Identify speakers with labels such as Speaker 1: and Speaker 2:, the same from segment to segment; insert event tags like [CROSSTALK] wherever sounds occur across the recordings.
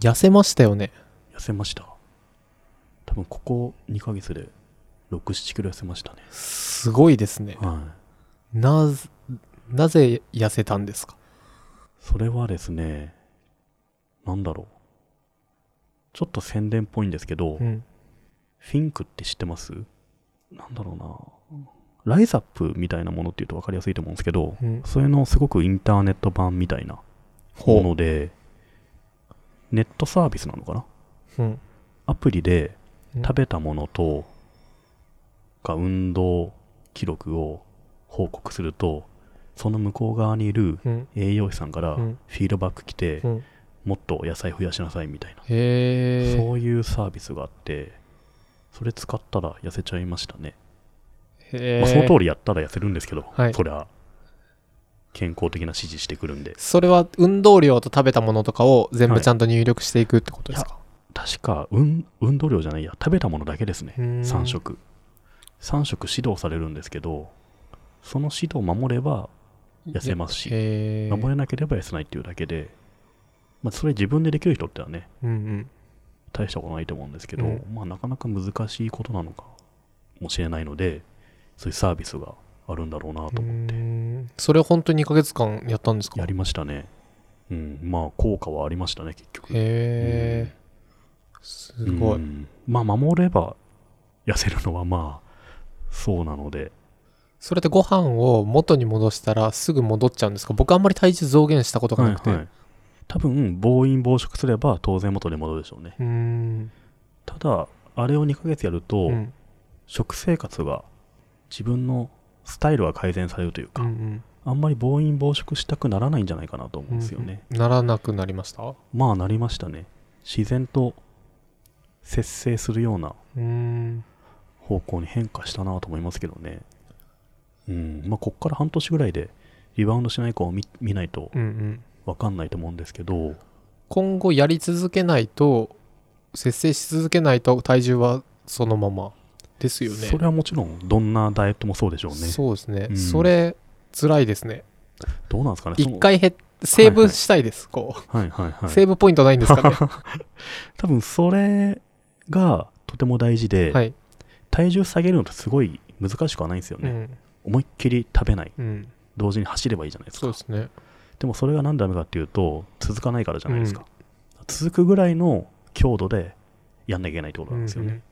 Speaker 1: 痩せましたよね。
Speaker 2: 痩せました多分ここ2ヶ月で67キロ痩せましたね
Speaker 1: すごいですね。
Speaker 2: はい
Speaker 1: なぜ、なぜ痩せたんですか
Speaker 2: それはですねなんだろうちょっと宣伝っぽいんですけど、
Speaker 1: うん。
Speaker 2: フィンクって知ってますなんだろうなライザップみたいなものっていうと分かりやすいと思うんですけど、
Speaker 1: うん
Speaker 2: それのすごくインターネット版みたいなものでネットサービスなのかな
Speaker 1: うん。
Speaker 2: アプリで
Speaker 1: うん
Speaker 2: 食べたものとか運動記録を報告するとその向こう側にいる
Speaker 1: うん。
Speaker 2: 栄養士さんから
Speaker 1: う
Speaker 2: フ
Speaker 1: ん
Speaker 2: ィードバック来て、
Speaker 1: うん。
Speaker 2: もっと野菜増やしなさいみたいな、
Speaker 1: へえ。
Speaker 2: そういうサービスがあってそれ使ったら痩せちゃいましたね、
Speaker 1: へ
Speaker 2: ま
Speaker 1: ー
Speaker 2: あその通りやったら痩せるんですけど、
Speaker 1: はい
Speaker 2: そりゃ健康的な指示してくるんで
Speaker 1: それは運動量と食べたものとかを全部ちゃんと入力していくってことですか、
Speaker 2: 確か、うん、運動量じゃないや食べたものだけですね
Speaker 1: うーん
Speaker 2: 3食3食指導されるんですけどその指導を守れば痩せますし
Speaker 1: へえ。
Speaker 2: 守れなければ痩せないっていうだけで、まあ、それ自分でできる人ってはね
Speaker 1: うんうん。
Speaker 2: 大したことないと思うんですけど、
Speaker 1: うん
Speaker 2: まあ、なかなか難しいことなのかもしれないのでそういうサービスがあるんだろうなと
Speaker 1: う
Speaker 2: 思って
Speaker 1: ーんそれを本当に2ヶ月間やったんですか
Speaker 2: やりましたねうんまあ効果はありましたね結局
Speaker 1: へえ。すご
Speaker 2: う
Speaker 1: い。
Speaker 2: んまあ守れば痩せるのはまあそうなので
Speaker 1: それってご飯を元に戻したらすぐ戻っちゃうんですか僕あんまり体重増減したことがなくて。
Speaker 2: い、多分暴飲暴食すれば当然元に戻るでしょうね
Speaker 1: うーん。
Speaker 2: ただあれを2ヶ月やると、
Speaker 1: うん
Speaker 2: 食生活が自分のスタイルが改善されるという
Speaker 1: う
Speaker 2: か、
Speaker 1: んうん
Speaker 2: あんまり暴飲暴食したくならないんじゃないかなと思うんですよね、
Speaker 1: うんうんならなくなりましたう
Speaker 2: まあなりましたね自然と節制するような
Speaker 1: ーん。
Speaker 2: 方向に変化したなと思いますけどねうんまあこっから半年ぐらいでリバウンドしないかを見見ないと
Speaker 1: うんうん。
Speaker 2: 分かんないと思うんですけど
Speaker 1: 今後やり続けないと、節制し続けないと体重はそのままですよね。
Speaker 2: それはもちろんどんなダイエットもそうでしょうね
Speaker 1: そうですね。
Speaker 2: うん
Speaker 1: それ、辛いですね。
Speaker 2: どうなんですかねその
Speaker 1: 一回減っ、セーブしたいです。こう。
Speaker 2: はいはいはい
Speaker 1: セーブポイントないんですかね。
Speaker 2: 多分それがとても大事で、
Speaker 1: はい。
Speaker 2: 体重下げるのってすごい難しくはないんですよ
Speaker 1: う
Speaker 2: ね、
Speaker 1: ん。
Speaker 2: 思いっきり食べない
Speaker 1: うん。
Speaker 2: 同時に走ればいいじゃないです
Speaker 1: そ
Speaker 2: か
Speaker 1: うですね。
Speaker 2: でもそれが何でダメかっていうと続かないからじゃないですか、続くぐらいの強度でやんなきゃいけないってことなんですよね、
Speaker 1: うんうん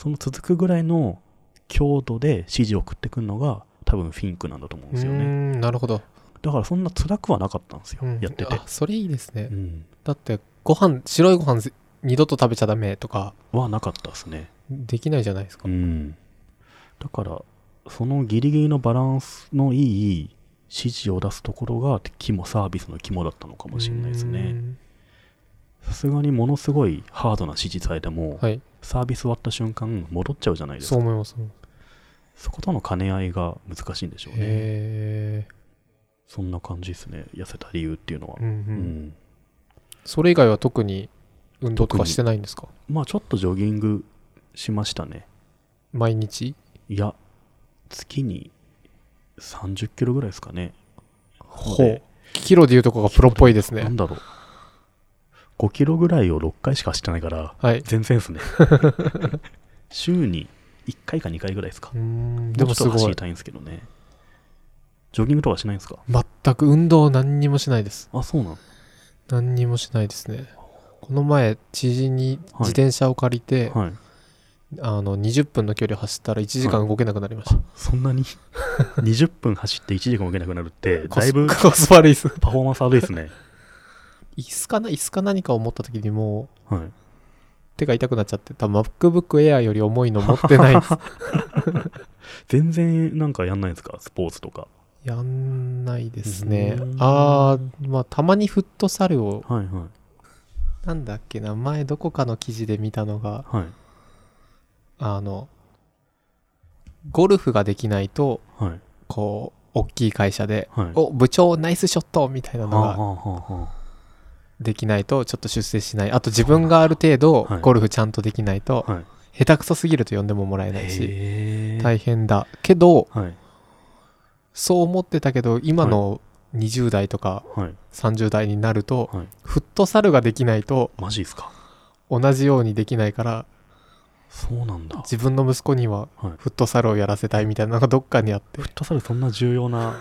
Speaker 2: その続くぐらいの強度で指示を送ってくるのが多分フィンクなんだと思うんですよ
Speaker 1: うー
Speaker 2: ね
Speaker 1: んなるほど、
Speaker 2: だからそんな辛くはなかったんですよ、
Speaker 1: うん
Speaker 2: やってて
Speaker 1: あそれいいですね、
Speaker 2: うん
Speaker 1: だってご飯白いご飯ぜ二度と食べちゃダメとか
Speaker 2: はなかったですね
Speaker 1: できないじゃないですか、
Speaker 2: うん、だからそのギリギリのバランスのいい指示を出すところが肝サービスの肝だったのかもしれないです
Speaker 1: う
Speaker 2: ね
Speaker 1: ん
Speaker 2: さすがにものすごいハードな指示されても、
Speaker 1: はい
Speaker 2: サービス終わった瞬間戻っちゃうじゃないです
Speaker 1: そう
Speaker 2: か
Speaker 1: 思いますへ
Speaker 2: そことの兼ね合いが難しいんでしょうね
Speaker 1: え
Speaker 2: そんな感じですね痩せた理由っていうのは
Speaker 1: う、んう
Speaker 2: うんん
Speaker 1: それ以外は特に運動とか
Speaker 2: 特に
Speaker 1: してないんですか
Speaker 2: まあちょっとジョギングしましたね
Speaker 1: 毎日
Speaker 2: いや月に30キロぐらいですかね
Speaker 1: ほうキロでいうとこがプロっぽいです
Speaker 2: なん
Speaker 1: ね
Speaker 2: だろう。5キロぐらいを6回しか走ってないから、
Speaker 1: はい
Speaker 2: 全然 [LAUGHS] ですね。週に1回か2回ぐらいですか
Speaker 1: う。ーんでもす
Speaker 2: ちょ
Speaker 1: ご
Speaker 2: っと走
Speaker 1: い
Speaker 2: りたいんですけどね。ジョギングとかしないんですか
Speaker 1: 全く運動何にもしないです
Speaker 2: あ、そうなの
Speaker 1: 何にもしないですねこの前知人に
Speaker 2: はい
Speaker 1: 自転車を借りて、
Speaker 2: はい。
Speaker 1: あの20分の距離を走ったら1時間動けなくなりました、
Speaker 2: そんな [LAUGHS] に20分走って1時間動けなくなるって、
Speaker 1: コ
Speaker 2: だ
Speaker 1: ス [LAUGHS]
Speaker 2: いぶ
Speaker 1: コスパ悪いっす
Speaker 2: パフォーマンス悪いですね。
Speaker 1: 椅子かな椅子か何かを持った時にもう
Speaker 2: [LAUGHS] はい。
Speaker 1: 手が痛くなっちゃって多分 MacBook Air より重いの持ってないです
Speaker 2: 全然なんかやんないんですかスポーツとか。
Speaker 1: やんないですね
Speaker 2: うーん
Speaker 1: あーまあたまにフットサルを
Speaker 2: はいは
Speaker 1: なんだっけな前どこかの記事で見たのが
Speaker 2: い。はい。
Speaker 1: あのゴルフができないと
Speaker 2: はい。
Speaker 1: こう大きい会社で
Speaker 2: はい。
Speaker 1: お部長ナイスショットみたいな
Speaker 2: はあ
Speaker 1: の
Speaker 2: は
Speaker 1: が
Speaker 2: あはあは
Speaker 1: できないとちょっと出世しないあと自分がある程度
Speaker 2: はい
Speaker 1: ゴルフちゃんとできないと
Speaker 2: あ。はい。
Speaker 1: 下手くそすぎると呼んでももらえないし
Speaker 2: へー
Speaker 1: 大変だけど
Speaker 2: はい。
Speaker 1: そう思ってたけど今の20代とか
Speaker 2: はい。
Speaker 1: 30代になると、
Speaker 2: はい
Speaker 1: フットサルができないと
Speaker 2: マジですか。
Speaker 1: 同じようにできないから
Speaker 2: そうなんだ。
Speaker 1: 自分の息子には
Speaker 2: はい
Speaker 1: フットサルをやらせたいみたいなのがどっかにあって
Speaker 2: フットサルそんな重要 [LAUGHS] な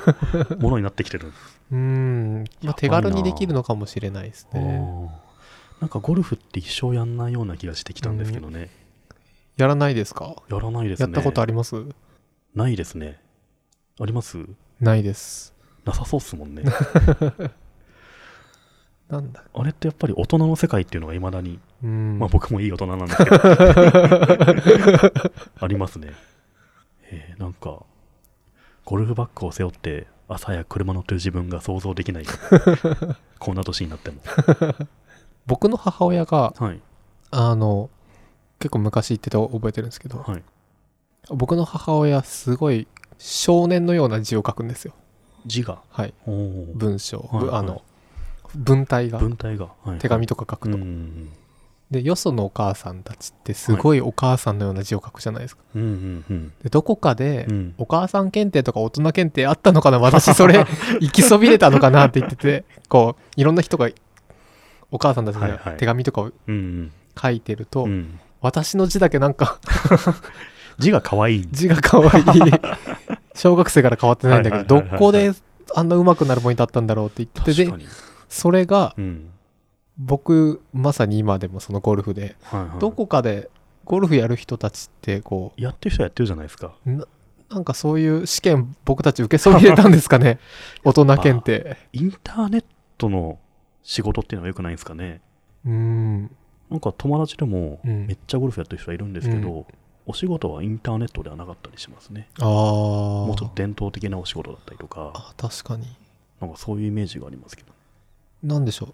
Speaker 2: ものになってき [LAUGHS] てるんです
Speaker 1: うーん、ま
Speaker 2: やばいな
Speaker 1: あ、手軽にできるのかもしれないですね
Speaker 2: ね。なんかゴルフって一生やんないような気がしてきたんですけどね。
Speaker 1: やらないですか
Speaker 2: やらないです
Speaker 1: や
Speaker 2: ね。
Speaker 1: ったことあります
Speaker 2: ないですね。あります
Speaker 1: ないです
Speaker 2: なさそうっすもん [LAUGHS] ね。
Speaker 1: なんだ
Speaker 2: あれってやっぱり大人の世界っていうのがいまだに、
Speaker 1: うん、
Speaker 2: まあ僕もいい大人なんです
Speaker 1: [LAUGHS]
Speaker 2: けど、ありますね。えーなんか、ゴルフバッグを背負って朝や車乗ってる自分が想像で
Speaker 1: [LAUGHS]
Speaker 2: きない。こんな年になっても。
Speaker 1: 僕の母親が
Speaker 2: はい。
Speaker 1: あの結構昔言ってた覚えてるんですけど、
Speaker 2: はい。
Speaker 1: 僕の母親すごい少年のような字を書くんですよ
Speaker 2: 字が。
Speaker 1: はい
Speaker 2: おー
Speaker 1: 文章、
Speaker 2: はい
Speaker 1: ぶ
Speaker 2: はい
Speaker 1: あの文体が
Speaker 2: 文体が。はい
Speaker 1: 手紙とか書くと、
Speaker 2: うん
Speaker 1: でよそのお母さんたちってすごいお母さんのような字を書くじゃないですか、
Speaker 2: うんうんうん
Speaker 1: でどこかで、
Speaker 2: うん。
Speaker 1: お母さん検定とか大人検定あったのかな私そ
Speaker 2: [LAUGHS]
Speaker 1: れ行きそびれたのかなって言っててこういろんな人がお母さんたち
Speaker 2: はい
Speaker 1: が
Speaker 2: はい
Speaker 1: 手紙とかを
Speaker 2: うん
Speaker 1: 書いてると、
Speaker 2: うんうん。
Speaker 1: 私の字だけなんか
Speaker 2: 字が可愛い。
Speaker 1: 字が可
Speaker 2: [LAUGHS]
Speaker 1: 愛い小学生から変わってないんだけど
Speaker 2: はい
Speaker 1: ど
Speaker 2: はいはいはい
Speaker 1: こであんな上手くなるポイントあったんだろうって言ってて
Speaker 2: 確
Speaker 1: で
Speaker 2: かに。
Speaker 1: それが
Speaker 2: うん。
Speaker 1: 僕まさに今でもそのゴルフで
Speaker 2: はいはい
Speaker 1: どこかでゴルフやる人たちってこ
Speaker 2: やってる人はやってるじゃないですか。
Speaker 1: うなんかそういう試験僕たち受けそびれたんですか
Speaker 2: [LAUGHS]
Speaker 1: ね大人検定
Speaker 2: インターネットの仕事っていうのは良くないんですかね。
Speaker 1: うん
Speaker 2: なんか友達でも
Speaker 1: うん
Speaker 2: めっちゃゴルフやってる人はいるんですけど、
Speaker 1: う
Speaker 2: お仕事はインターネットではなかったりしますね。
Speaker 1: ああ
Speaker 2: もうちょっと伝統的なお仕事だったりとか、
Speaker 1: あ確かに
Speaker 2: なんかそういうイメージがありますけど。
Speaker 1: 何でしょう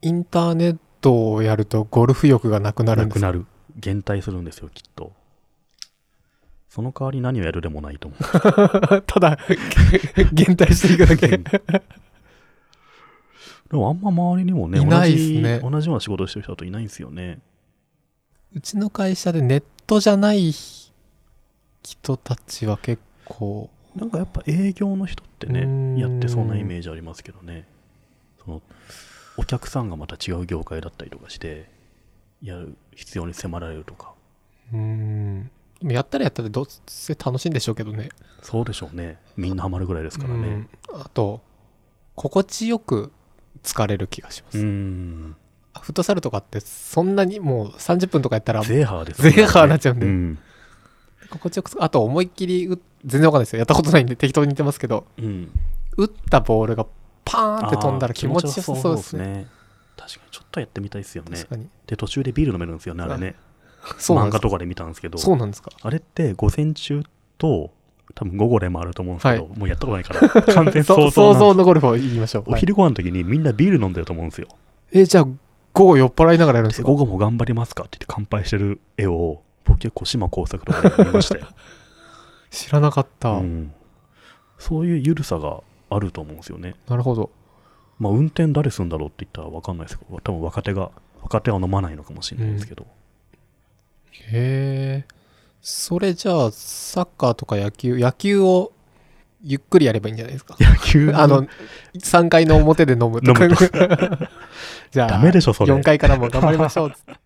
Speaker 1: インターネットをやるとゴルフ欲がなくなる
Speaker 2: なん
Speaker 1: で
Speaker 2: く
Speaker 1: す
Speaker 2: なる。減退するんですよ、きっと。その代わり何をやるでもないと思う。 [LAUGHS]
Speaker 1: [LAUGHS] ただ減退していくだ
Speaker 2: う
Speaker 1: け
Speaker 2: んでもあんま周りにもね
Speaker 1: いないっすね
Speaker 2: 同じ同じような仕事をしてる人だといないんですよね
Speaker 1: うちの会社でネットじゃない人たちは結構
Speaker 2: なんかやっぱ営業の人って
Speaker 1: うーん
Speaker 2: ねやってそうなイメージありますけどねそのお客さんがまた違う業界だったりとかしてやる必要に迫られるとか
Speaker 1: うんでもやったらやったらどうせ楽しいんでしょうけどね
Speaker 2: そうでしょうねみんなハマるぐらいですから
Speaker 1: う
Speaker 2: ね
Speaker 1: んあと心地よく疲れる気がしま
Speaker 2: う
Speaker 1: す、
Speaker 2: ーん
Speaker 1: フットサルとかってそんなにもう30分とかやったら
Speaker 2: ゼーハーです
Speaker 1: ゼーハーになっちゃうんで
Speaker 2: うん
Speaker 1: 心地よくあと思いっきりう全然わかんないですよやったことないんで適当に言ってますけど
Speaker 2: うん
Speaker 1: 打ったボールがパーンって飛んだら気持ちよさそうですね
Speaker 2: ね確かにちょっとやってみたいですよね
Speaker 1: 確かに
Speaker 2: で途中でビール飲めるんですよねあれね
Speaker 1: そうなん
Speaker 2: 漫
Speaker 1: で
Speaker 2: 画
Speaker 1: すか
Speaker 2: とかで見たんですけど
Speaker 1: そうなんですか
Speaker 2: あれって午前中と多分午後でもあると思うんですけど、
Speaker 1: は
Speaker 2: もうやったことな
Speaker 1: [LAUGHS]
Speaker 2: いから、完全
Speaker 1: そ
Speaker 2: 想
Speaker 1: う想
Speaker 2: 像なんで
Speaker 1: 像のゴルフを言いましょう
Speaker 2: お昼ご飯の時にみんなビール飲んでると思うんですよ。
Speaker 1: はいえじゃあ午後酔っ払いながらやるんで
Speaker 2: です
Speaker 1: か
Speaker 2: 午後も頑張りますかって言って乾杯してる絵を、僕結構島工作とかで見ましたよ、
Speaker 1: 知らなかった、
Speaker 2: うんそういう緩さがあると思うんですよね。
Speaker 1: なるほど
Speaker 2: まあ運転誰するんだろうって言ったら分かんないですけど、多分若手が、若手は飲まないのかもしれないですけど。
Speaker 1: へえそれじゃあサッカーとか野球野球をゆっくりやればいいんじゃないですか
Speaker 2: 野球
Speaker 1: あの、3回の表で飲むとか
Speaker 2: 飲む
Speaker 1: [LAUGHS] じゃあ
Speaker 2: ダメでしょそれ
Speaker 1: 4回からも頑張りましょうっつって